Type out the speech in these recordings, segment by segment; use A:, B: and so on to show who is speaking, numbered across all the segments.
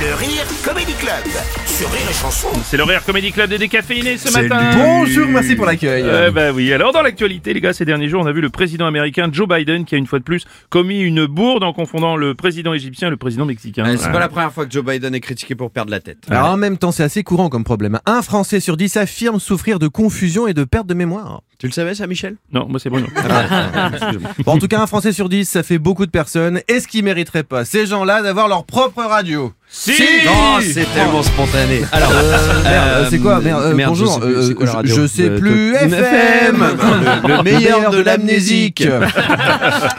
A: Le Rire Comedy Club sur Rire et Chanson.
B: C'est l'horaire Comédie Club des décaféinés ce matin.
C: Bonjour, merci pour l'accueil.
B: Euh, bah oui, alors dans l'actualité, les gars, ces derniers jours, on a vu le président américain Joe Biden qui a une fois de plus commis une bourde en confondant le président égyptien et le président mexicain.
D: Ouais, Euh, Hein, c'est
B: Ah.
D: pas la première fois que Joe Biden est critiqué pour perdre la tête.
C: Alors en même temps, c'est assez courant comme problème. Un Français sur dix affirme souffrir de confusion et de perte de mémoire.
D: Tu le savais ça, Michel
B: Non, moi c'est Bruno.
D: Ah,
C: Bon, en tout cas, un Français sur dix, ça fait beaucoup de personnes. Est-ce qu'ils mériteraient pas, ces gens-là, d'avoir leur propre radio
B: si
D: Non, Oh, c'est tellement spontané. Alors,
C: Merde, euh, c'est quoi Merde, euh,
D: je
C: bonjour,
D: sais plus, c'est
C: euh,
D: quoi la
C: je-
D: radio
C: je sais
D: Euh,
C: plus,
D: Totem
C: FM.
D: Le- Le meilleur de l'amnésique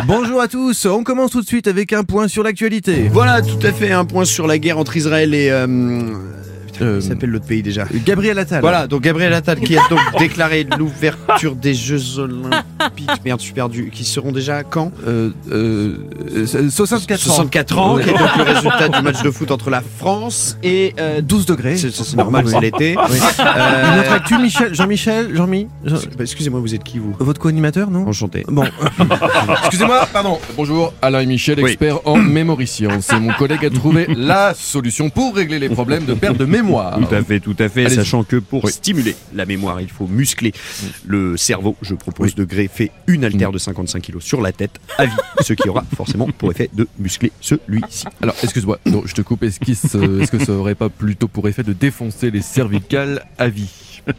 C: Bonjour à tous, on commence tout de suite avec un point sur l'actualité.
D: Voilà, tout à fait, un point sur la guerre entre Israël et... euh, putain, comment
C: Euh,
D: il s'appelle l'autre pays déjà
C: Gabriel Attal.
D: Voilà, donc Gabriel Attal qui a donc déclaré l'ouverture des Jeux Olympiques, merde, je suis perdu, qui seront déjà quand
C: Euh, euh, euh, 64
D: 64
C: ans.
D: ans, qui est donc le résultat du match de foot entre la France et... euh,
C: 12 degrés.
D: c'est c'est normal, c'est l'été. Euh,
C: Une autre actu, Michel, Jean-Michel, Jean-Mi, Jean-
D: Bah, Excusez-moi, vous êtes qui vous
C: votre co-animateur, non
D: Enchanté.
C: Bon,
E: Excusez-moi, Ah, pardon. Bonjour, Alain et Michel,
B: Oui.
E: expert en memory science. Et mon collègue a trouvé la solution pour régler les problèmes de perte de mémoire.
D: Tout à fait, tout à fait.
E: Ah, Allez-y.
D: Sachant que pour
E: Oui.
D: stimuler la mémoire, il faut muscler le cerveau. Je propose de greffer une haltère de 55 kg sur la tête à vie, ce qui aura forcément pour effet de muscler celui-ci.
E: Alors, excuse-moi, non, je te coupe. Est-ce qu'il se- est-ce que ça aurait pas plutôt pour effet de défoncer les cervicales à vie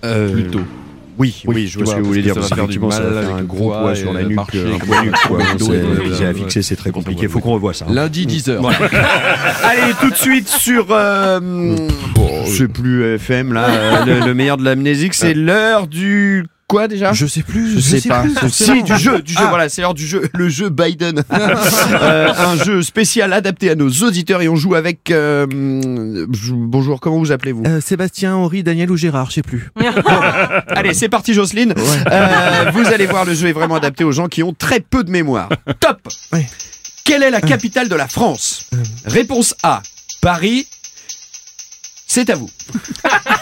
E: Plutôt.
D: Oui, oui,
E: oui,
D: je vois
E: tu
D: ce que
E: vois,
D: vous voulez
E: parce
D: dire.
E: que
D: Parce
E: ça va faire du
D: qu'effectivement, ça va
E: mal
D: faire un
E: avec
D: gros
E: le
D: poids
E: poids
D: sur
E: et
D: la
E: le
D: nuque, euh,
E: marché,
D: un
E: quoi,
D: poids de nuque,
E: le
D: quoi.
E: dos,
D: C'est-
E: euh,
D: c'est à
E: euh,
D: fixer, c'est très
E: voilà.
D: compliqué. Il faut qu'on revoie ça. hein.
E: Lundi 10h.
D: Allez, tout de suite sur. euh, bon, c'est plus FM là. euh, le, le meilleur de l'amnésique, c'est l'heure du. Quoi déjà
C: je sais plus, je,
D: sais pas.
C: plus.
D: Si, du jeu, du jeu,
C: Ah.
D: voilà, c'est l'heure du jeu, le jeu Biden. Euh, un jeu spécial adapté à nos auditeurs et on joue avec. euh, je- bonjour, comment vous appelez-vous
C: Euh, Sébastien, Henri, Daniel ou Gérard, je sais plus.
D: Allez, c'est parti, Jocelyne. Euh, vous allez voir, le jeu est vraiment adapté aux gens qui ont très peu de mémoire. Top
C: Ouais.
D: Quelle est la capitale de la France Réponse A Paris. C'est à vous.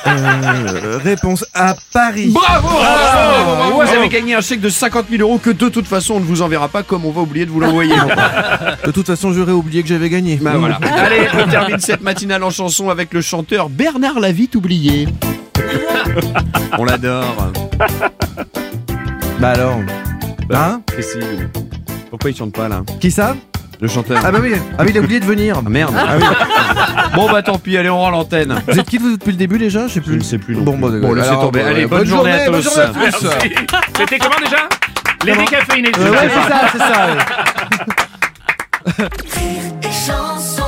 C: Euh, réponse à Paris.
D: Bravo, Vous avez gagné un chèque de 50 000 euros que de toute façon on ne vous enverra pas comme on va oublier de vous l'envoyer.
C: De toute façon, j'aurais oublié que j'avais gagné.
D: Bah voilà. Allez, on termine cette matinale en chanson avec le chanteur Bernard Lavitte oublié. On l'adore.
C: Bah alors.
D: Bah,
C: Hein
D: Pourquoi il chante pas là
C: Qui ça
D: Le chanteur.
C: Ah bah oui, ah oui, il a oublié de venir.
D: Ah, merde. Bon bah tant pis, allez on rend l'antenne.
C: Vous êtes qui vous depuis le début déjà Je sais plus.
D: sais plus.
C: Bon, bah,
D: bon laissez
C: alors,
D: tomber.
C: bah,
D: Allez, bonne,
C: bonne
D: journée, à tous.
C: journée, bonne journée à tous.
B: Merci. C'était comment déjà Les décaféinés.
C: Euh, ouais, c'est ça, c'est ça. ouais.
F: Rire et chanson